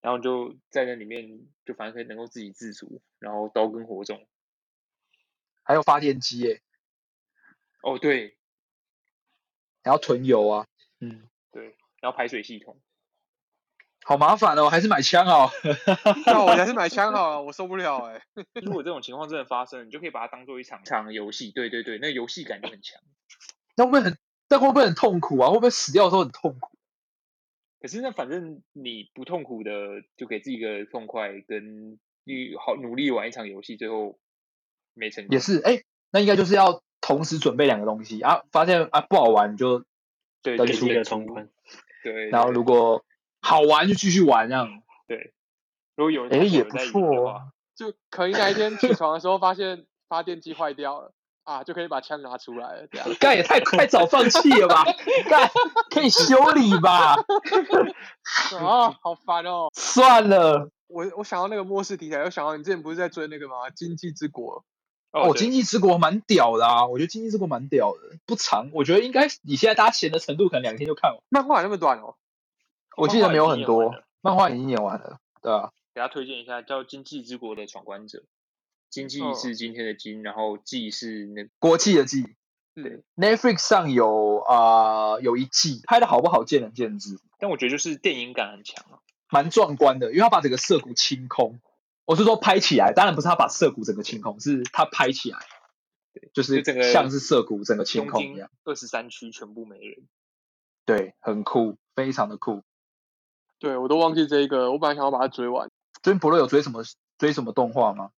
然后就在那里面就反正可以能够自给自足，然后刀耕火种。还有发电机耶，哦，对，然后囤油啊，嗯，对，然后排水系统，好麻烦哦，还是买枪好。那我还是买枪好了，我受不了哎、如果这种情况真的发生，你就可以把它当做一场场游戏，对对对，那个游戏感就很强。那会不会很？那会不会很痛苦啊？会不会死掉的时候很痛苦？可是那反正你不痛苦的，就给自己一个痛快，跟你好努力玩一场游戏，最后没成功也是，哎、那应该就是要同时准备两个东西啊。发现啊不好玩就，对对等给自己出一对个冲关。对。然后对如果好玩就继续玩这样。如果有人哎、还是也有不在赢错的哦话，。就可能哪一天起床的时候发现发电机坏掉了啊，就可以把枪拿出来了，这样。 干也太太早放弃了吧？干可以修理吧？ 啊，好烦哦！算了，我我想到那个末世题材，又想到你之前不是在追那个吗？《经济之国哦，对经济之国蛮屌的啊，我觉得经济之国蛮屌的，不长，我觉得应该以现在大家闲的程度，可能两天就看完。》漫画有那么短哦，我记得没有漫画很已经演多完了，漫画已经演完了，对啊，给大家推荐一下，叫《经济之国的闯关者》。经济哦是今天的经，然后记是那国际的季嗯， Netflix 上有啊、有一季，拍的好不好见仁见智，但我觉得就是电影感很强啊。蛮壮观的，因为他把整个涩谷清空。我是说拍起来，当然不是他把涩谷整个清空，是他拍起来，就是就整个像是涩谷整个清东空一京样。二十三区全部没人，对，很酷，非常的酷。对我都忘记这一个，我本来想要把它追完。最近博乐有追什么追什么动画吗？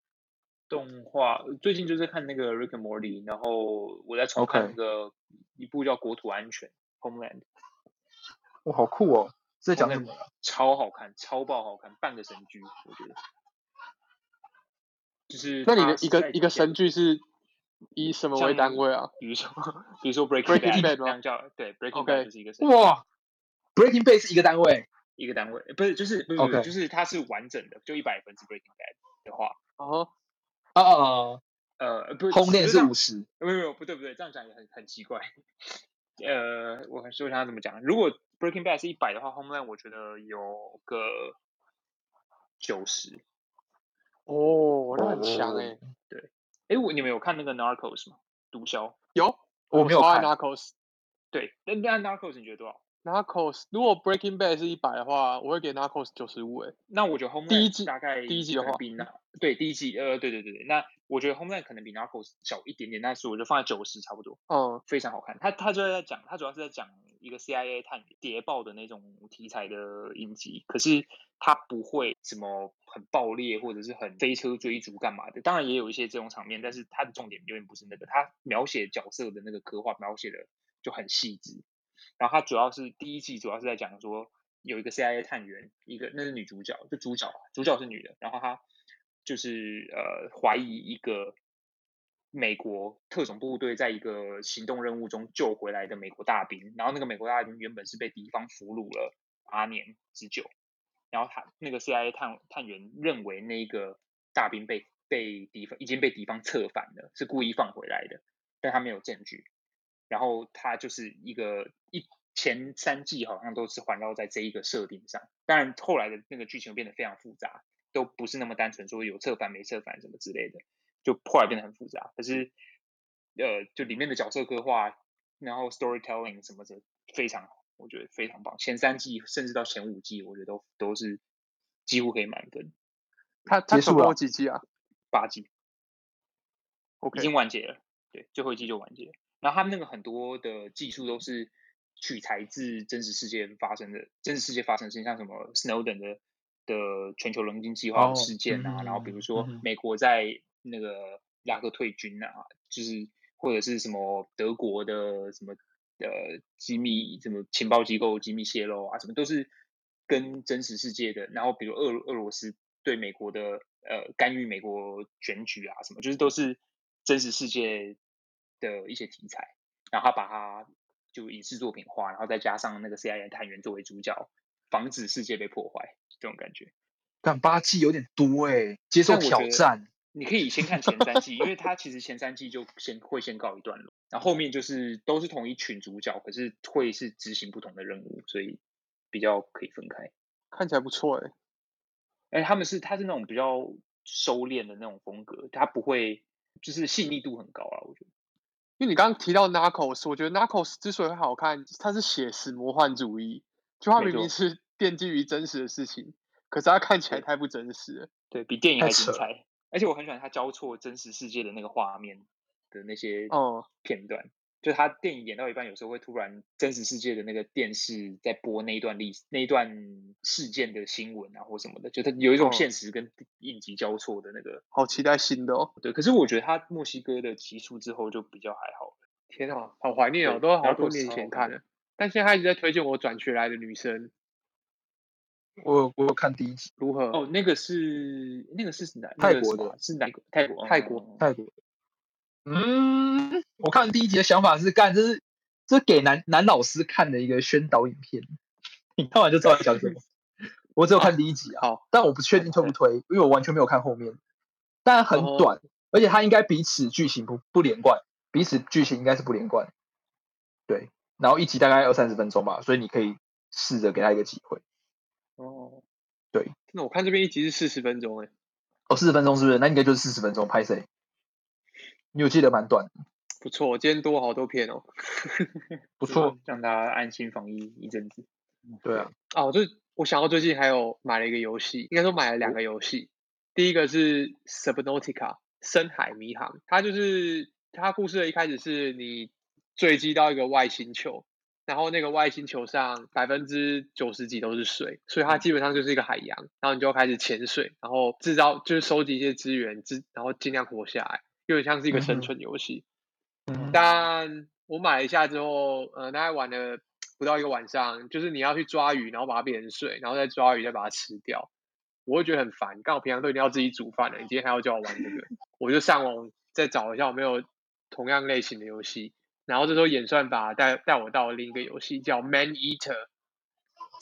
动画最近就是看那个《Rick and Morty》，然后我在重 OK 看那个一部叫《国土安全》（Homeland），哇，好酷哦！这讲什 Homeland 么？超好看，超爆好看，半个神剧，我觉得。就是那你啊它的是一个在一个讲神剧是以什么为像单位啊？比如说比如说 Breaking Breaking Bad 这吗样叫对 Breaking OK Bad 就是一个神剧哇，Breaking Bad 是一个单位一个单位，呃不是就是不是不是 OK 就是它是完整的，就一百分是 Breaking Bad 的话，哦，啊啊啊！啊呃不是轰链不是这样五十，没有没有，不对不对，这样讲也很很奇怪。呃，我还说一下怎么讲。如果 Breaking Bad 是一百的话，Homeland 我觉得有个九十。哦，那很强哎、哎，我你们有看那个 Narcos 吗？毒枭。有，我没有超爱看。 Narcos。对，那那 Narcos 你觉得多少？ Narcos，如果 Breaking Bad 是一百的话，我会给 Narcos 九十五哎。那我觉得 Homeland 第一季大概第一季可的能话比那对第一季呃对对对对，那我觉得 Homeland 可能比 Narcos 小一点点，但是我就放在九十差不多，嗯，非常好看。他他就在讲，他主要是在讲一个 CIA 探谍报的那种题材的影集，可是他不会什么很爆裂或者是很飞车追逐干嘛的，当然也有一些这种场面，但是他的重点永远不是那个，他描写角色的那个刻画描写的就很细致。然后他主要是第一季主要是在讲说有一个 CIA 探员，一个那是女主角，就主角啊主角是女的，然后她就是呃怀疑一个美国特种部队在一个行动任务中救回来的美国大兵，然后那个美国大兵原本是被敌方俘虏了八年之久，然后他那个 CIA 探探员认为那个大兵被被敌方已经被敌方策反了，是故意放回来的，但他没有证据。然后他就是一个一前三季好像都是环绕在这一个设定上，当然后来的那个剧情变得非常复杂，都不是那么单纯说有策反没策反什么之类的，就后来变得很复杂。可是呃，就里面的角色刻画，然后 storytelling 什么的非常好，我觉得非常棒。前三季甚至到前五季，我觉得都都是几乎可以满分。他他结束总共有了几季啊八季已？OK，经完结了，对，最后一季就完结了。然后他们那个很多的技术都是取材自真实世界发生的，真实世界发生的事情，像什么 Snowden 的的全球冷静计划哦的事件啊，然后比如说嗯哼嗯哼美国在那个伊拉克退军啊，就是或者是什么德国的什么呃机密什么情报机构机密泄露啊，什么都是跟真实世界的。然后比如俄罗俄罗斯对美国的呃干预美国选举啊，什么就是都是真实世界的一些题材，然后他把它就影视作品化，然后再加上那个 CIA 探员作为主角，防止世界被破坏这种感觉。干八季有点多哎、接受但我觉挑得战。你可以先看前三季，因为它其实前三季就先会先告一段落，然后后面就是都是同一群主角，可是会是执行不同的任务，所以比较可以分开。看起来不错哎、哎，他们是他是那种比较收敛的那种风格，他不会就是细腻度很高啊，我觉得。因为你刚刚提到 Narcos，我觉得 Narcos 之所以会好看，它是写实魔幻主义，就它没明明错是 奠基于真实的事情，可是它看起来对太不真实了。对比电影太还精扯彩，而且我很喜欢他交错真实世界的那个画面的那些哦、片段，就他电影演到一半，有时候会突然真实世界的那个电视在播那一段历那一段事件的新闻啊或什么的，就他有一嗯哦种现实跟影集交错的那个。好期待新的哦。对，可是我觉得他墨西哥的集数之后就比较还好了。天啊，好怀念哦，对都好多 Narcos 年超前好看看的。但现在他一直在推荐我转学来的女生我有我有看第一集，如何？哦，那个是那个是哪？泰那个国什的么是哪个？泰国，泰国嗯泰国。嗯，我看第一集的想法是，干这是这是给男男老师看的一个宣导影片，你看完就知道你讲什么。我只有看第一集啊，好，但我不确定推不推，因为我完全没有看后面，但很哦短，而且它应该彼此剧情不不连贯，彼此剧情应该是不连贯，对，然后一集大概二三十分钟吧，所以你可以试着给他一个机会。哦，对，那我看这边一集是四十分钟哎，哦，四十分钟是不是？那应该就是四十分钟，拍谁？你有记得蛮短的，不错，今天多好多片哦。不嗯就错，让他安心防疫一阵子。对啊，啊，我就我想到最近还有买了一个游戏，应该说买了哦两个游戏。第一个是 Subnautica 深海迷航，它就是它故事的一开始是你坠机到一个外星球，然后那个外星球上百分之九十几都是水，所以嗯它基本上就是一个海洋。然后你就要开始潜水，然后制造就是收集一些资源，资然后尽量活下来，有点像是一个嗯生哼存游戏。嗯，但我买了一下之后，呃，大概玩了不到一个晚上，就是你要去抓鱼，然后把它变成水，然后再抓鱼，再把它吃掉，我会觉得很烦。刚好平常都已经要自己煮饭了，你今天还要叫我玩这个，我就上网再找一下有没有同样类型的游戏。然后这时候演算法带带我到另一个游戏叫 Man Eater，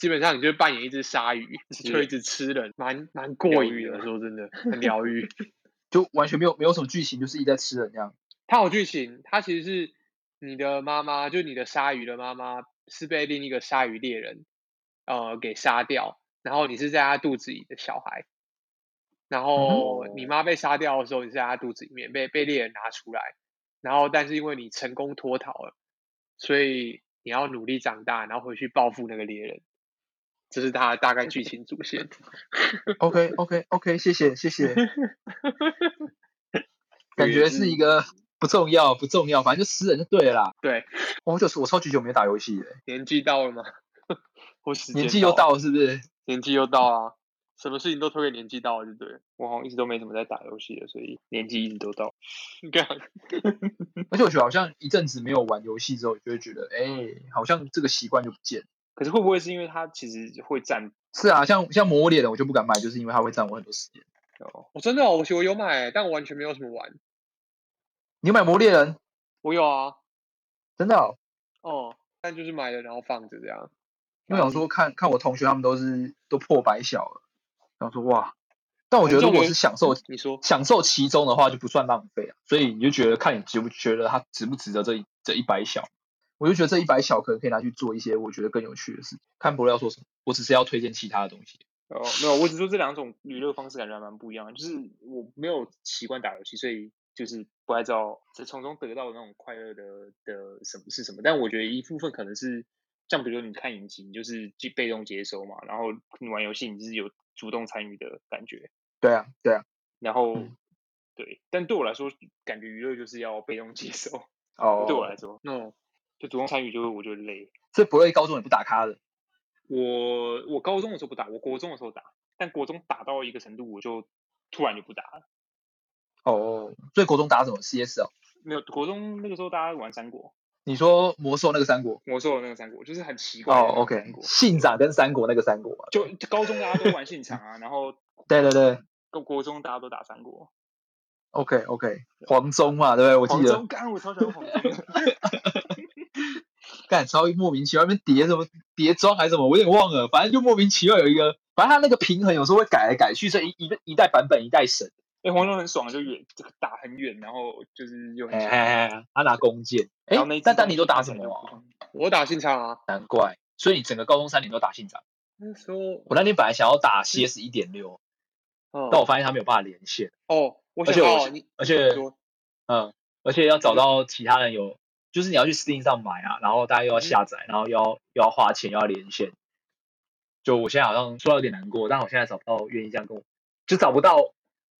基本上你就扮演一只鲨鱼， 吃就一人直吃人，蛮蛮过疗瘾愈的。的啊说真的，很疗愈。就完全没有没有什么剧情，就是一直在吃人这样。它有剧情，它其实是你的妈妈，就你的鲨鱼的妈妈是被另一个鲨鱼猎人呃给杀掉，然后你是在他肚子里的小孩，嗯然后你哦妈被杀掉的时候，你是在他肚子里面被被猎人拿出来，然后但是因为你成功脱逃了，所以你要努力长大，然后回去报复那个猎人。这是它的大概剧情主线， OK OK OK，谢谢谢 谢，感觉是一个不重要不重要，反正就吃人就对了啦。对，我就是我超级久没打游戏了，年纪到了吗？ 我时年间纪又了到了是不是？年纪又到啊，什么事情都推给年纪到了，就对了。我好像一直都没怎么在打游戏了，所以年纪一直都 到。干而且我觉得好像一阵子没有玩游戏之后，就会觉得哎、好像这个习惯就不见了。可是会不会是因为他其实会占是啊，像像魔物猎人我就不敢买，就是因为它会占我很多时间。哦？我真的、哦，我我有买，但我完全没有什么玩。你有买魔物猎人？我有啊，真的、哦？哦，但就是买了然后放着这样。因为想说看看我同学他们都是都破百小了，想说哇，但我觉得如果是享嗯受你说享受其中的话，就不算浪费啊。所以你就觉得看你觉不觉得它值不值得这一这一百小，我就觉得这一百小可能可以拿去做一些我觉得更有趣的事。看博瑞要说什么，我只是要推荐其他的东西。哦，没有，我只说这两种娱乐方式感觉还蛮不一样的。就是我没有习惯打游戏，所以就是不太知道这从中得到的那种快乐的的什么是什么。但我觉得一部分可能是像比如说你看影集，你就是既被动接收嘛，然后你玩游戏，你就是有主动参与的感觉。对啊，对啊，然后、嗯对，但对我来说，感觉娱乐就是要被动接收。哦，对我来说， 嗯，就主动参与就会我就累。所以博瑞高中也不打卡的，我我高中的时候不打，我国中的时候打，但国中打到一个程度，我就突然就不打了。哦，所以国中打什么 CS 哦？没有，国中那个时候大家玩三国，你说魔兽那个三国？魔兽的那个三国就是很奇怪哦的那种，OK，三国信长跟三国那个三国嘛，就就高中大家都玩信长啊，然后对对对国国中大家都打三国。 ，OK OK，黄忠嘛，对不对？我记黄得。忠干，我超喜欢黄忠的。干超莫名其妙，那边叠什么叠装还是什么，我有点忘了，反正就莫名其妙有一个，反正它那个平衡有时候会改来改去，所以一一个一代版本一代神。哎，黄忠很爽，就远这个打很远，然后就是又很哎强。哎哎，他拿弓箭，哎然后那一，但支但东你都西打看什起来么就啊？不同 我打信长啊，难怪，所以你整个高中三年都打信长。那时候我那天本来想要打 CS 一点六，嗯，但我发现它没有办法连线，哦，而我且想我到是你而且说嗯，而且要找到其他人有，就是你要去 Steam 上买啊，然后大家嗯又要下载，然后又要又要花钱，又要连线。就我现在好像说到有点难过，但我现在找不到愿意这样跟我，就找不到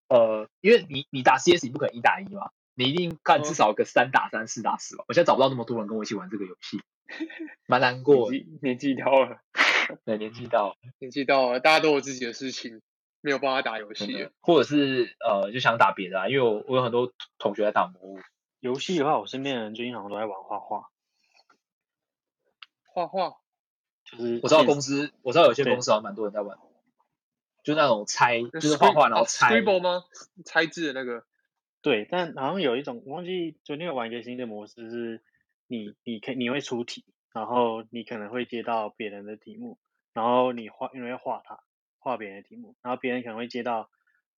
呃，因为你你打 CS 你不可能一打一嘛，你一定干嗯至少个三打三、四打四吧。我现在找不到那么多人跟我一起玩这个游 戏，蛮难过的。年纪年纪到了，对，年纪到了，年纪到了，大家都有自己的事情，没有办法打游戏真的了。或者是呃，就想打别的啊，因为我我有很多同学在打魔物，游戏的话，我身边的人最近好像都在玩画画，画画，就是我知道现公司，我知道有些对公司好像蛮多人在玩，就那种猜，那就是画 scrib- 画然后哦猜。 Scribble 吗？ 猜字的那个，对，但好像有一种我忘记昨天有玩一个新的模式是你，你可你会出题，然后你可能会接到别人的题目，然后你画，因为画它画别人的题目，然后别人可能会接到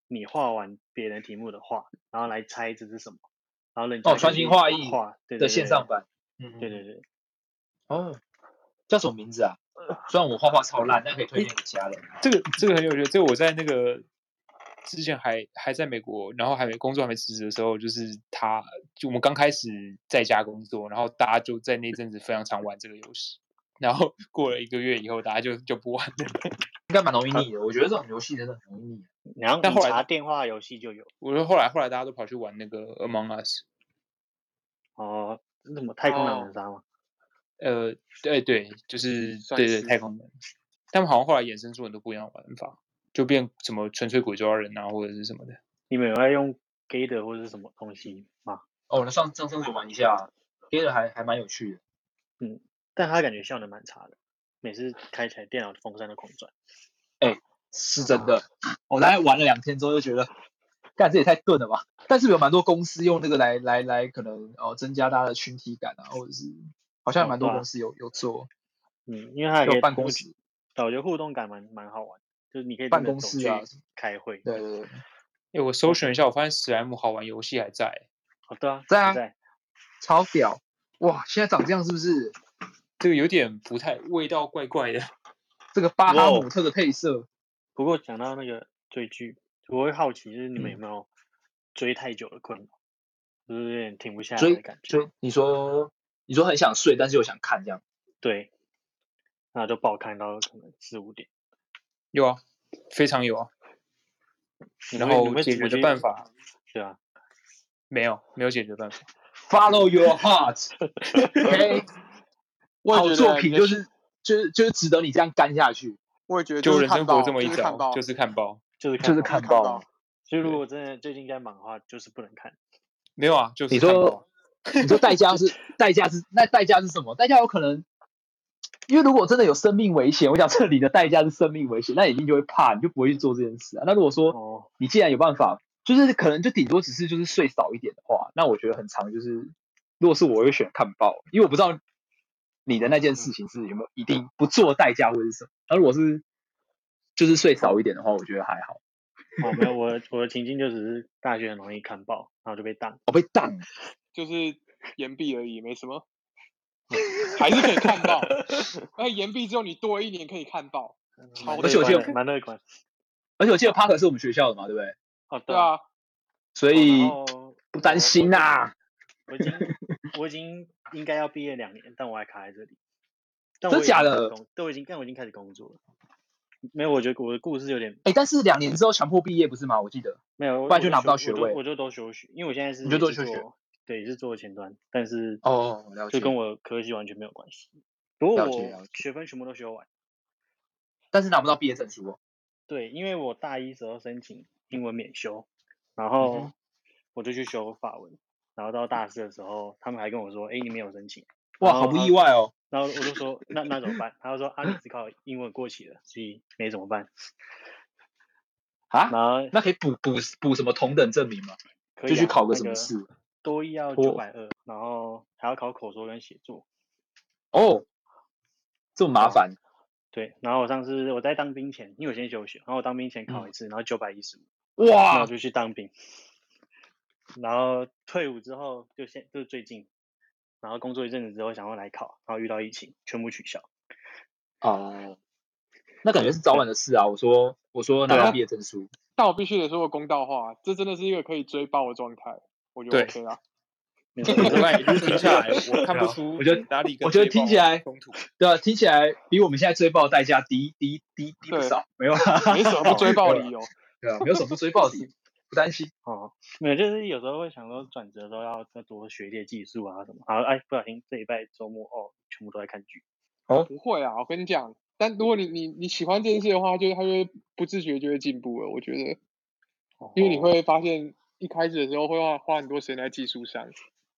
你画完别人题目的画，然后来猜这是什么，然后人家哦可传以情去画意画对的对线对上版，嗯，对对对，哦，叫什么名字啊？虽然我画画超烂，但可以推荐给其他人。啊这个这个很有趣，这个我在那个之前还还在美国，然后还没工作还没辞职的时候，就是他就我们刚开始在家工作，然后大家就在那阵子非常常玩这个游戏，然后 过了一个月以后，大家就就不玩了。 应该蛮容易腻的，我觉得这种游戏真的很容易腻。然后但你后来查电话游戏就有我说后来后来大家都跑去玩那个 Among Us，哦，是什么太空哦狼人杀吗？呃，对对，就是嗯算对对是太空人，他们好像后来衍生出很多不一样的玩法，就变什么纯粹鬼抓人啊，或者是什么的。你们有在用 gay 的或者是什么东西吗？哦，那上上上次玩一下，觉得还还蛮有趣的。但它感觉效能蛮差的，每次开起来电脑风扇都狂转。是真 的，我大概玩了两天之后就觉得，干这也太钝了吧。但是有蛮多公司用这个来来来，可能哦增加大家的群体感啊，或者是好像哦蛮多对啊公司有有做嗯，因为它还有可以办互公动室，对我觉得互动感蛮蛮好玩，就是你可以真办的公走室啊去开会。对对对。哎，我哦搜寻一下，我发现史莱姆好玩游戏还在，哦，对啊，在啊现在超屌！哇，现在长这样是不是？这个有点不太味道怪怪的。这个巴哈哇哦姆特的配色，不过讲到那个追剧，我会好奇，就是你嗯们有没有追太久的困扰，就是有点停不下来追的感觉。就你说你说很想睡，但是又想看这样。对，那就爆看到可能四五点。有啊，非常有啊。你然会你后会解决持的续办法对啊，没有，没有解决办法。 Follow your heart，OK？我也觉好得作品你就是就是就是值得你这样干下去。我也觉得就是人生看活报，这么一就是看遭，报，就是看报。就是就是吧看看报报。所以如对果真的最近在忙的话，就是不能看。没有啊，就是你看说 报。你说代价是代价是那代价是什么？代价有可能，因为如果真的有生命危险，我想这里的代价是生命危险，那你一定就会怕，你就不会去做这件事啊。那如果说哦，你既然有办法，就是可能就顶多只是就是睡少一点的话，那我觉得很长就是，如果是我我会选看报，因为我不知道你的那件事情是有没有一定不做代价会是什么。那如果是就是睡少一点的话，我觉得还好。哦，没有，我的我的情境就只是大学很容易看报，然后就被当。我哦被当，就是岩壁而已，没什么， 还是可以看到。而且岩壁之后你多一年可以看到，超而且我记得蛮乐观的蛮乐观。而且我记得 Parker 是我们学校的嘛，对不对？哦，对啊，啊，所以哦然后不担心啊呐、我我已经我已经应该要毕业两年，但我还卡在这里。但真我已假经开的始工？对，我已经，但我已经开始工作了。没有，我觉得我的故事有点哎、但是两年之后强迫毕业不是吗？我记得没有，不然我就拿不休到学我就位我就都休学，因为我现在是你就也都是休学做，对，是做前端，但是哦了解就跟我科系完全没有关系。不过了解了我解学分全部都修完，但是拿不到毕业证书哦。对，因为我大一时候申请英文免修，然嗯后我就去修法文，然后到大四的时候，他们还跟我说，哎，你没有申请，哇，哦好不意外哦。然后我就说，那那怎么办？他就说，啊，你只考英文过期了，所以没怎么办。啊，然后那可以补补补什么同等证明吗？可以、啊、就去考个那什么试？多一要我九百二，然后还要考口说跟写作。哦，这么麻对啊烦，对，然后我上次我在当兵前，因为我先休学，然后我当兵前嗯考一次，然后九百一十五，然后我哇！就去当兵，然后退伍之后就现就是最近，然后工作一阵子之后想要来考，然后遇到疫情，全部取消。哦，那感觉是早晚的事啊。我说，我说拿对到啊毕业证书，但我必须得说个公道话，这真的是一个可以追爆的状态，我觉得对 OK 啦。没错我刚才已经听下来，我看不出我觉得哪里跟我觉得这一听包起来冲突。对啊，听起来比我们现在追爆的代价低低低低不对少，没有啊，没什么不追爆的理由，由。对啊，没有什么不追爆的理由，不担心。哦，没有，就是有时候会想说转折都要再多学一些技术啊什么。好，哎，不小心这一拜周末哦，全部都在看剧。不会啊，我跟你讲，但如果你你你喜欢这件事的话，就是它就会不自觉就会进步了。我觉得，哦因为你会发现一开始的时候会花花很多时间在技术上，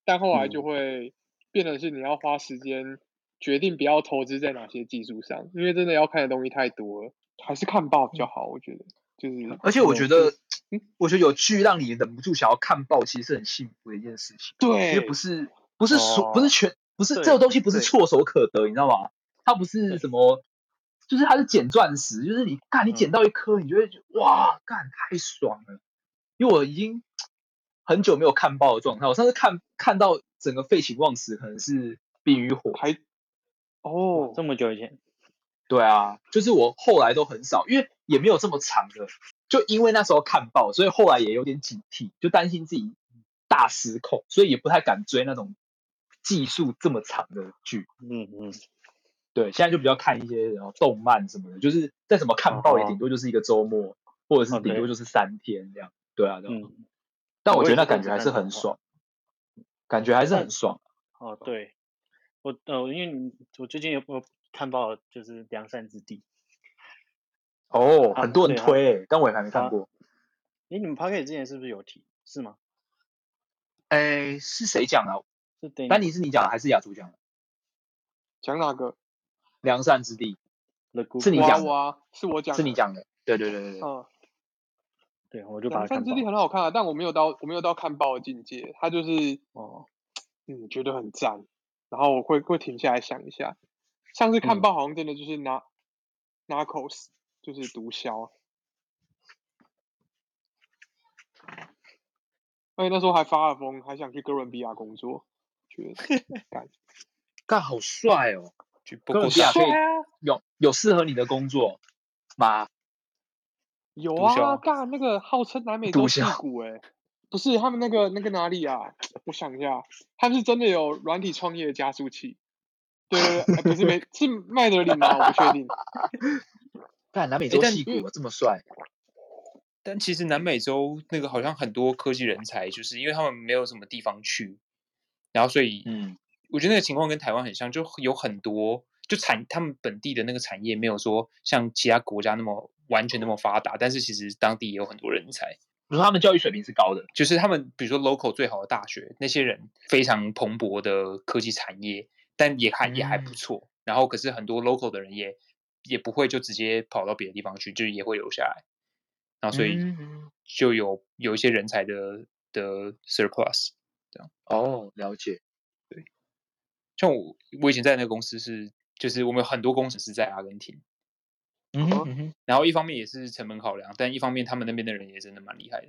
但后来就会变成是你要花时间决定不要投资在哪些技术上，因为真的要看的东西太多了，还是看报比较好。我觉得，就是而且我觉有得，嗯我觉得有剧让你忍不住想要看爆，其实是很幸福的一件事情，因为对不是不是所、哦不是全不是对这种东西不是对唾手可得，你知道吗？它不是什么，就是它是捡钻石，就是你干你捡到一颗，你就会觉得哇干太爽了，因为我已经很久没有看爆的状态，我上次看看到整个废寝忘食，可能是《冰与火》，还哦，这么久以前，对啊，就是我后来都很少，因为也没有这么长的，就因为那时候看报，所以后来也有点警惕，就担心自己大失控，所以也不太敢追那种技术这么长的剧。嗯嗯，对，现在就比较看一些然后动漫什么的，就是再怎么看报也哦顶多就是一个周末，或者是哦顶多对就是三天这样。对啊，对啊。嗯，但我我觉也得那是这感样觉子还看嗯是很动画爽，感觉还是很爽。哦对，我呃，因为你我最近有我看到就是《良善之地》，哦，啊很多人对啊推欸，但我也还没啊看过。哎，你们 p o c k e t 之前是不是有提？是吗？哎，是谁讲的啊？是等丹尼是你讲的还是雅竹讲的？讲哪个？良善之地。是你哇讲的哇，是我讲，是你。讲的，对对对对对，嗯，对，我就把它两看分之爆力。很好看啊，但我没有到我没有到看爆的境界，它就是哦，嗯，觉得很赞，然后我会会停下来想一下。上次看嗯报好像真的就是拿 narcos，就是毒枭。而且那时候还发了疯，还想去哥伦比亚工作，觉得干干好帅哦，去波哥伦过比亚下可以对啊，有有适合你的工作吗？有毒啊，枭干那个号称南美毒洲屁枭股哎、不是他们那个那个哪里啊？我想一下，他们是真的有软体创业的加速器，对对对，哎不是没是麦德林吗？我不确定，干南美洲但戏骨啊这么帅，但其实南美洲那个好像很多科技人才，就是因为他们没有什么地方去，然后所以，嗯，我觉得那个情况跟台湾很像，就有很多就产他们本地的那个产业没有说像其他国家那么完全那么发达，但是其实当地也有很多人才，你说他们教育水平是高的，就是他们比如说 local 最好的大学，那些人非常蓬勃的科技产业，但也还也还不嗯错。然后可是很多 local 的人也也不会就直接跑到别的地方去，就是也会留下来。然后所以嗯嗯就有有一些人才的的 surplus。哦，了解，像我我以前在那个公司是，就是我们有很多工程师在阿根廷，嗯哼嗯哼，然后一方面也是成本考量，但一方面他们那边的人也真的蛮厉害的。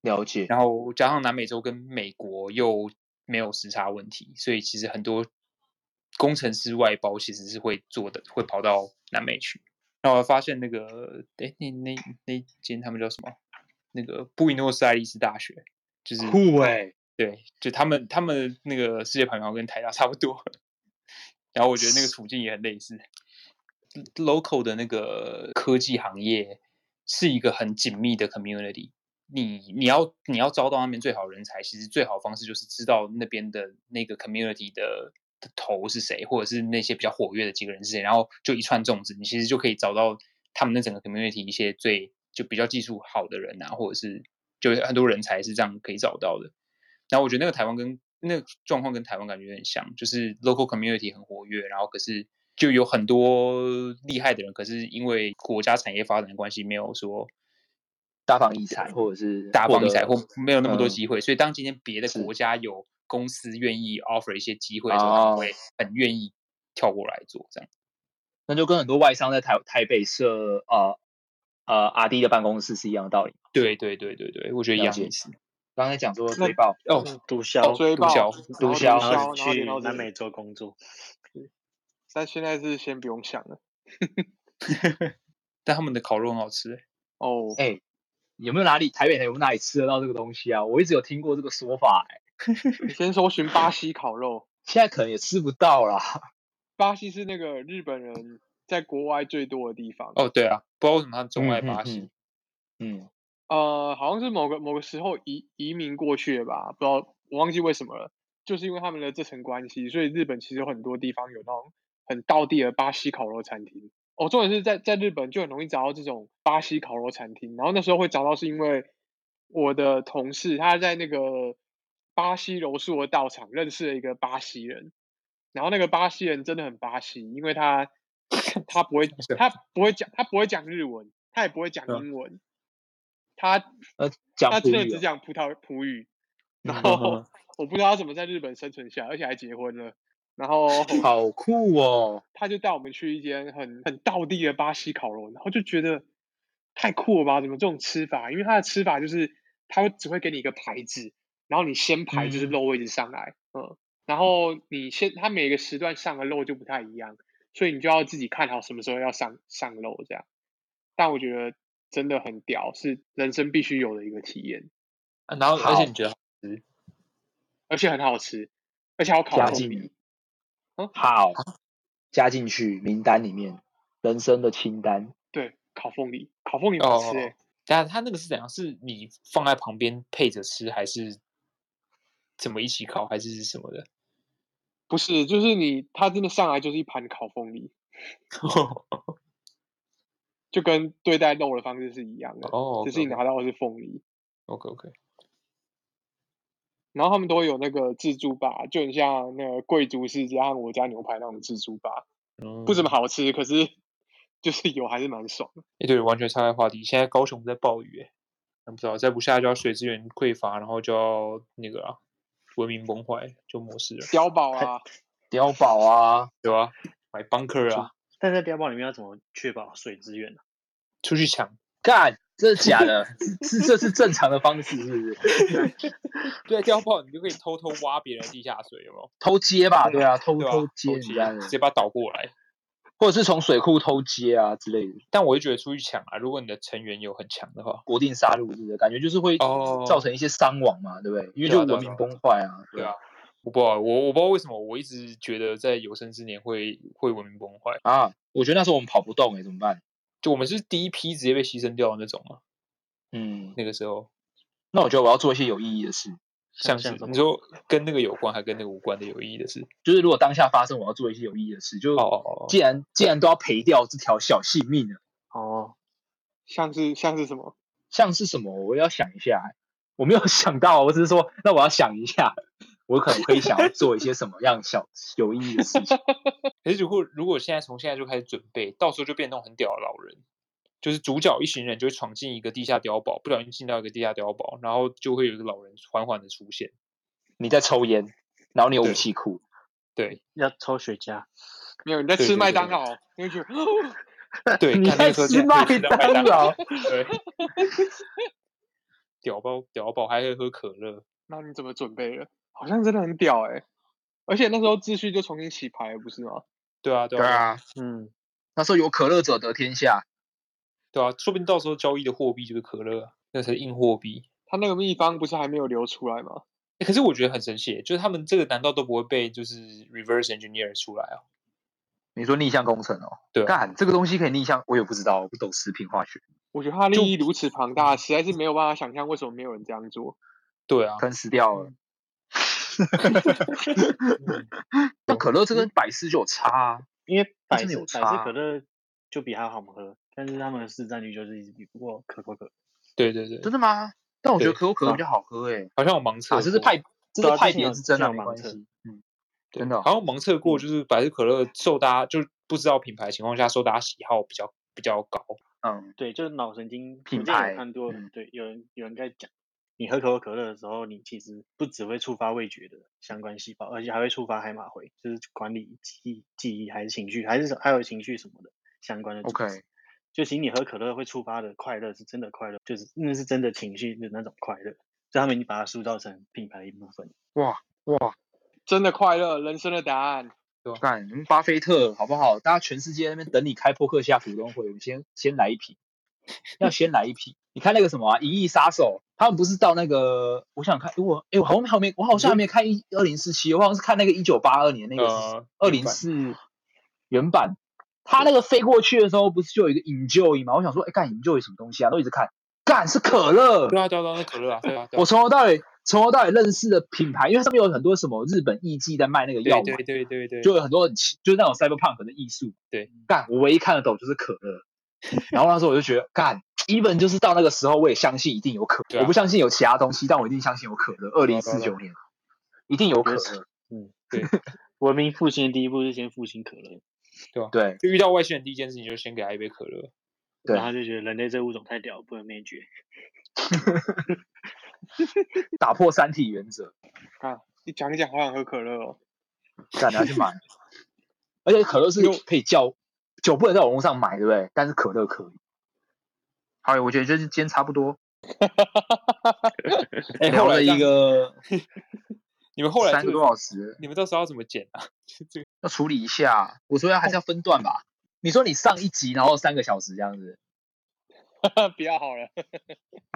了解，然后加上南美洲跟美国又没有时差问题，所以其实很多工程师外包其实是会做的，会跑到南美去。然后我发现那个，哎，那那那间他们叫什么？那个布宜诺斯艾利斯大学，就是酷哎，对，就他们他们那个世界排名好像跟台大差不多，然后我觉得那个处境也很类似。local 嗯的那个科技行业是一个很紧密的 community，你你要你要招到那边最好的人才，其实最好的方式就是知道那边的那个 community 的的头是谁，或者是那些比较活跃的几个人是谁，然后就一串种子，你其实就可以找到他们那整个 community 一些最就比较技术好的人啊，或者是就很多人才是这样可以找到的。然后我觉得那个台湾跟那个状况跟台湾感觉有点像，就是 local community 很活跃，然后可是就有很多厉害的人，可是因为国家产业发展的关系，没有说大放异彩或者是大获放异得彩或没有那么多嗯机会，所以当今天别的是国家有公司愿意 offer 一些机会的时候，他哦们会很愿意跳过来做这样。那就跟很多外商在台台北设呃呃 R D 的办公室是一样的道理。对对对对对，我觉得一了样解嗯意思。刚才讲说那水爆，哦，毒枭，追毒爆，枭然后毒毒枭然后然后去连到这南里美洲工作。但现在是先不用想了。但他们的烤肉很好吃欸，哦，哎、有没有哪里台北人有没有哪里吃得到这个东西啊？我一直有听过这个说法、哎，你先搜寻巴西烤肉，现在可能也吃不到啦。巴西是那个日本人在国外最多的地方。哦，对啊，不知道为什么他们钟爱巴西。嗯，呃，好像是某个某个时候移移民过去的吧，不知道我忘记为什么了。就是因为他们的这层关系，所以日本其实有很多地方有那种很道地的巴西烤肉餐厅。哦，重点是在在日本就很容易找到这种巴西烤肉餐厅。然后那时候会找到，是因为我的同事他在那个巴西柔术的道场认识了一个巴西人，然后那个巴西人真的很巴西，因为他他不会他不会讲他不会讲日文，他也不会讲嗯英文，他呃，讲他葡真的语只啊，讲葡萄葡语，然哦嗯后 我不知道他怎么在日本生存下来，而且还结婚了。然后好酷哦！他就带我们去一间很很道地的巴西烤肉，然后就觉得太酷了吧？怎么这种吃法？因为他的吃法就是他会只会给你一个牌子，然后你先排就是嗯肉位置上来，嗯然后你先他每个时段上的肉就不太一样，所以你就要自己看好什么时候要上上肉这样。但我觉得真的很屌，是人生必须有的一个体验。啊然后而好且你觉得而且很好吃，而且还有烤加凤进梨。好，啊加进去名单里面，人生的清单。对，烤凤梨，烤凤梨哦好吃欸诶、等下他那个是怎样？是你放在旁边配着吃，还是怎么一起烤，还是是什么的？ 不是，就是你，它真的上来就是一盘烤凤梨，就跟对待肉的方式是一样的，哦，只是你拿到的是凤梨。 OK OK，然后他们都会有那个自助吧，就很像那个贵族世家和我家牛排那种自助吧，不怎么好。好吃，可是就是有还是蛮爽的。哎，对，完全岔开话题。现在高雄在暴雨，哎，那不知道再不下就要水资源匮乏，然后就要那个啊，文明崩坏，就没事了，碉堡啊，碉堡啊，对吧、买 bunker 啊，但在碉堡里面要怎么确保水资源呢、出去抢。干，真的假的？是是这是正常的方式，是不是？ 对，啊碉堡你就可以偷偷挖别人的地下水，有没有？偷接吧，对啊，偷对吧？偷偷接人家接，直的，接把它倒过来。或者是从水库偷接啊之类的，但我就觉得出去抢啊，如果你的成员有很强的话，国定杀戮日的感觉就是会哦造成一些伤亡嘛，对不对？因对为就啊对啊文明崩坏啊，对啊。我不知道，我我不知道为什么，我一直觉得在有生之年会会文明崩坏，啊，我觉得那时候我们跑不动哎、怎么办？就我们是第一批直接被牺牲掉的那种嘛。嗯，那个时候，那我觉得我要做一些有意义的事，像是像什你么说跟那个有关，还跟那个无关的有意义的事。就是如果当下发生，我要做一些有意义的事。就哦哦哦，既然既然都要赔掉这条小性命了，哦，像是像是什么？像是什么，我要想一下、我没有 想到，啊我只是说，那我要想一下，我可能会想要做一些什么样小有意义的事情。可是如果如果现在从现在就开始准备，到时候就变那种很屌的老人，就是主角一行人就会闯进一个地下碉堡，不小心进到一个地下碉堡，然后就会有一个老人缓缓的出现。 你在抽烟，然后你有武对器库，对 要抽雪茄，没有你在对吃对对麦当对劳，你会觉得对，你看那在个时候吃竟然可以麦吃到麦当当劳，劳，对，啊 屌爆屌爆还会喝可乐，那你怎么准备了？好像真的很屌哎、而且那时候秩序就重新洗牌了，不是吗？对啊对对啊对啊啊，嗯，那时候有可乐者得天下，对啊，说不定到时候交易的货币就是可乐啊，那才是硬货币。他那个秘方不是还没有流出来吗？欸可是我觉得很神奇，就是他们这个难道都不会被就是 reverse engineer 出来啊？你说逆向工程哦？对啊干这个东西可以逆向，我也不知道，我不懂食品化学，我觉得他利就益如此庞大，实在是没有办法想象为什么没有人这样做。对啊可，能死掉了。嗯那可乐这跟百事就有差啊，因为那百真的事有百差事啊可乐就比它好喝，但是他们的市占率就是一直比不过可口可乐。对对对，真的吗？但我觉得对可口可乐啊比较好喝诶、好像我盲测啊，这是过派，这是对啊派之前别有是真之的，前有没盲关测系。嗯，对真的哦好像盲测过，就是百事可乐受大家就是不知道品牌情况下受大家喜好比较比较高。嗯，对，就是脑神经。我品之前牌有看过，嗯对，有人有人在讲，你喝可口可乐的时候，你其实不只会触发味觉的相关细胞，而且还会触发海马回，就是管理记忆、记忆还是情绪，还是什还有情绪什么的相关的组织。 OK 就其实你喝可乐会触发的快乐是真的快乐，就是那是真的情绪的那种快乐，就他们已经把它塑造成品牌的一部分。哇，真的快乐，人生的答案。干你们巴菲特好不好？大家全世界那边等你开扑克下股东会，我们先先来一瓶。要先来一批。你看那个什么啊，《银翼杀手》，他们不是到那个，我想看，我哎，我好像还没，我好像还没看一二零四七，我好像是看那个一九八二年那个呃，二零四原版。他那个飞过去的时候，不是就有一个 enjoy 吗？我想说，哎，干 enjoy 什么东西啊？都一直看，干是可乐。对啊对啊对啊，那可乐啊，对啊，对啊我从头到尾，从头到尾认识的品牌，因为它上面有很多什么日本艺妓在卖那个药嘛，对对对对对，就有很多很奇，就是那种 cyberpunk 的艺术。对，干，我唯一看得懂就是可 乐。然后那时候我就觉得，干，even 就是到那个时候，我也相信一定有可，对啊我不相信有其他东西，但我一定相信有可乐。二零四对啊九年，一定有可我乐觉。嗯，对。文明复兴的第一步是先复兴可乐，对就遇到外星人第一件事情就是先给他一杯可乐，对然后他就觉得人类这物种太屌，不能灭绝。打破三体原则，你讲一讲，好想喝可乐哦。 干，你要去买。 而且可乐是有可以叫，酒不能在网络上买，对不对？但是可乐可以。好，我觉得就是今天差不 多。哎聊了一，个你们后来三这个多个，小时，你们到时候要怎么剪啊？要处理一下。我说要还是要分段吧。哦你说你上一集然后三个小时这样子，比较好了，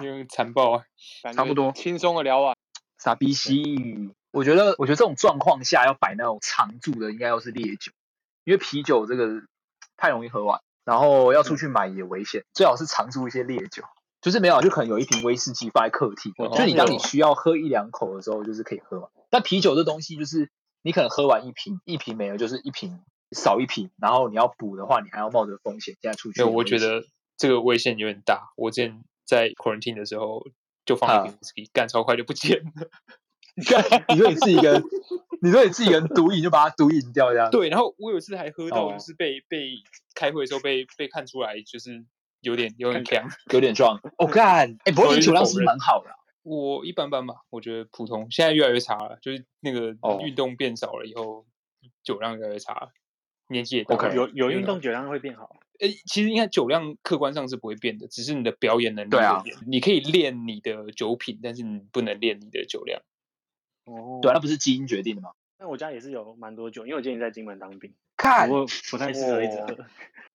因为残暴啊，感差不觉多轻松的聊完。傻逼西。我觉得，我觉得这种状况下要摆那种常驻的，应该要是烈酒，因为啤酒这个太容易喝完，然后要出嗯去买也危险，最好是常驻一些烈酒。就是没有，啊就可能有一瓶威士忌放在客厅，哦就是你当你有需要喝一两口的时候，就是可以喝完。但啤酒这东西，就是你可能喝完一瓶，一瓶没了，就是一瓶少一瓶，然后你要补的话，你还要冒着风险现在出去对，有危险。我觉得这个危险有点大。我之前在 quarantine 的时候就放了一瓶 whisky，干超快就不见了。你说你自己一个人，你说你自己一个人毒瘾就把它毒瘾掉这样。对，然后我有一次还喝到，啊哦就是被、被开会的时候被被看出来，就是有点有点强。有点壮。我干，哎，不过你酒量是蛮好的啊、我一般般吧，我觉得普通。现在越来越差了，就是那个哦运动变少了以后，酒量越来越差了，年纪也大 OK 了。有有对运啊动酒量会变好，诶，其实应该酒量客观上是不会变的，只是你的表演能力对啊有点，你可以练你的酒品，但是你不能练你的酒量。哦对啊，那不是基因决定的吗？那我家也是有蛮多酒，因为我之前在金门当兵，看不，过不太适合一直喝。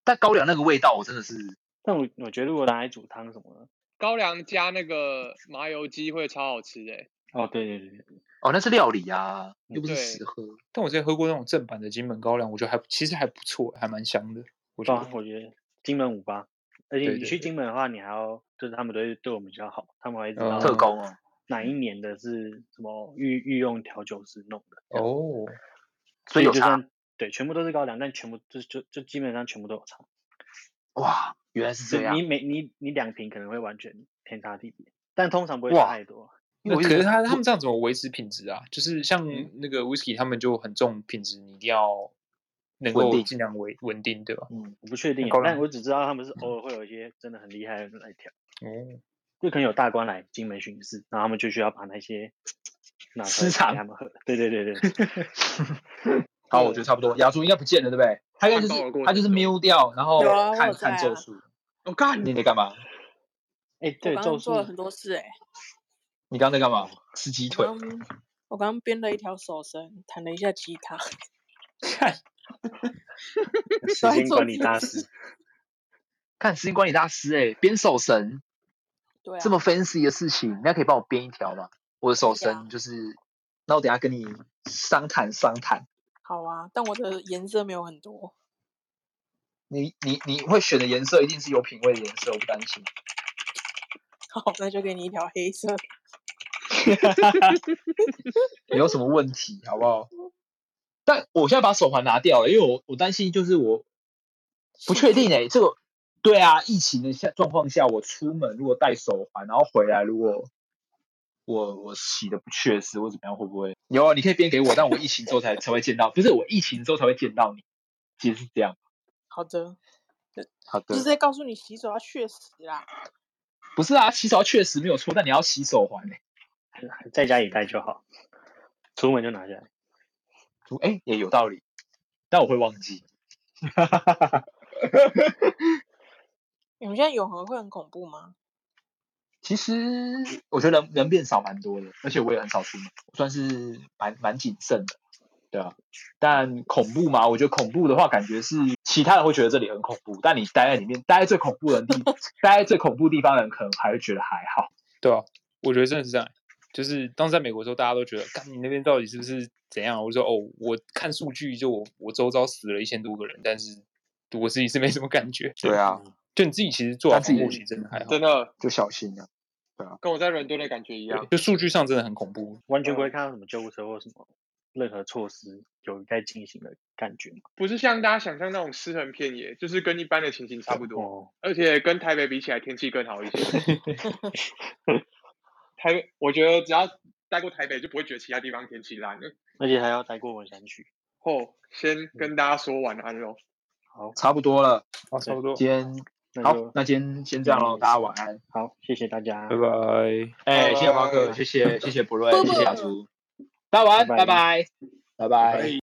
但高粱那个味道，我真的是 但我我觉得如果拿来煮汤什么的，高粱加那个麻油鸡会超好吃欸诶、哦，对对对，哦，那是料理啊，嗯又不是对实喝。但我之前喝过那种正版的金门高粱，我觉得还其实还不错，还蛮香的。我觉对得、啊，我觉得金门五八，而且对你对去对金门的话，你还要就是他们都会对我们比较好，他们会知嗯道特工哦，哪一年的是什么御御用调酒师弄的，哦，所以有就差算对全部都是高粱，但全部就就就基本上全部都有差，哇，原来是就这样你。每你你两瓶可能会完全天差地别，但通常不会哇差太多。因为那我一可直是他他们这样怎么维持品质啊？就是像那个 whisky，他们就很重品质，你一定要能稳够定尽量维稳定，对吧？嗯，我不确定高啊，但粱我只知道他们是偶尔会有一些真的很厉害的人来调，哦，就可能有大官来金门巡视，然后他们就需要把那些拿出私来藏给他们喝。对对对对，好，我觉得差不多。雅竹应该不见了，对不对？他应该就看高的是过程他就是 mute 掉，然后有啊我看有在看啊咒术。我干，你在哦干嘛？哎，我对，刚咒术刚做了很多事哎、你刚刚在干嘛？吃鸡我腿。刚刚我刚刚编了一条手绳，弹了一下吉他，时在间做管自理己大的师 事，看时间管理大师哎、编手绳对啊，这么 fancy 的事情，你还可以帮我编一条吗？我的手可以啊绳就是，那我等一下跟你商谈商谈。好啊，但我的颜色没有很多，你你你会选的颜色一定是有品味的颜色，我不担 心。好，那就给你一条黑色。没有什么问题，好不好？但我现在把手环拿掉了，因为我我担心就是我不确定哎、这个对啊，疫情的下状况下，我出门如果戴手环，然后回来如果我我洗的不确实或怎么样，会不会有啊？你可以编给我，但我疫情之后才才会见到，不是我疫情之后才会见到你，其实是这样。好的，好的就是在告诉你洗手要确实啦。不是啊，洗手确实没有错，但你要洗手环哎、在家里带就好，出门就拿下来。欸，哎、也有道理，但我会忘记。你们现在永恒会很恐怖吗？其实我觉得人人变少蛮多的，而且我也很少出门，我算是蛮蛮谨慎的。啊但恐怖嘛，我觉得恐怖的话，感觉是其他人会觉得这里很恐怖，但你待在里面，待在最恐怖的 地，待在最恐怖地方的人，可能还会觉得还好。对啊，我觉得真的是这样。就是当时在美国的时候，大家都觉得，干你那边到底是不是怎样啊？我就说哦，我看数据，就我我周遭死了一千多个人，但是我自己是没什么感觉。对啊，就你自己其实做好但自己防护，其实真的还好。真的就小心啊。跟我在伦敦的感觉一样对。就数据上真的很恐怖。完全不会看到什么救护车或什么任何措施有在进行的感觉嘛。不是像大家想象那种尸横遍野，就是跟一般的情形差不多，哦，而且跟台北比起来天气更好一些。台北，我觉得只要待过台北，就不会觉得其他地方天气烂了。而且还要待过文山区。哦，先跟大家说晚安喽。好，差不多了，啊，差不多，今天那好就，那今天先这样喽，大家晚安。好，谢谢大家，拜拜。哎，谢谢拜华哥，拜谢谢谢谢布瑞，谢不不谢阿朱，大家晚安，拜拜拜拜，拜拜。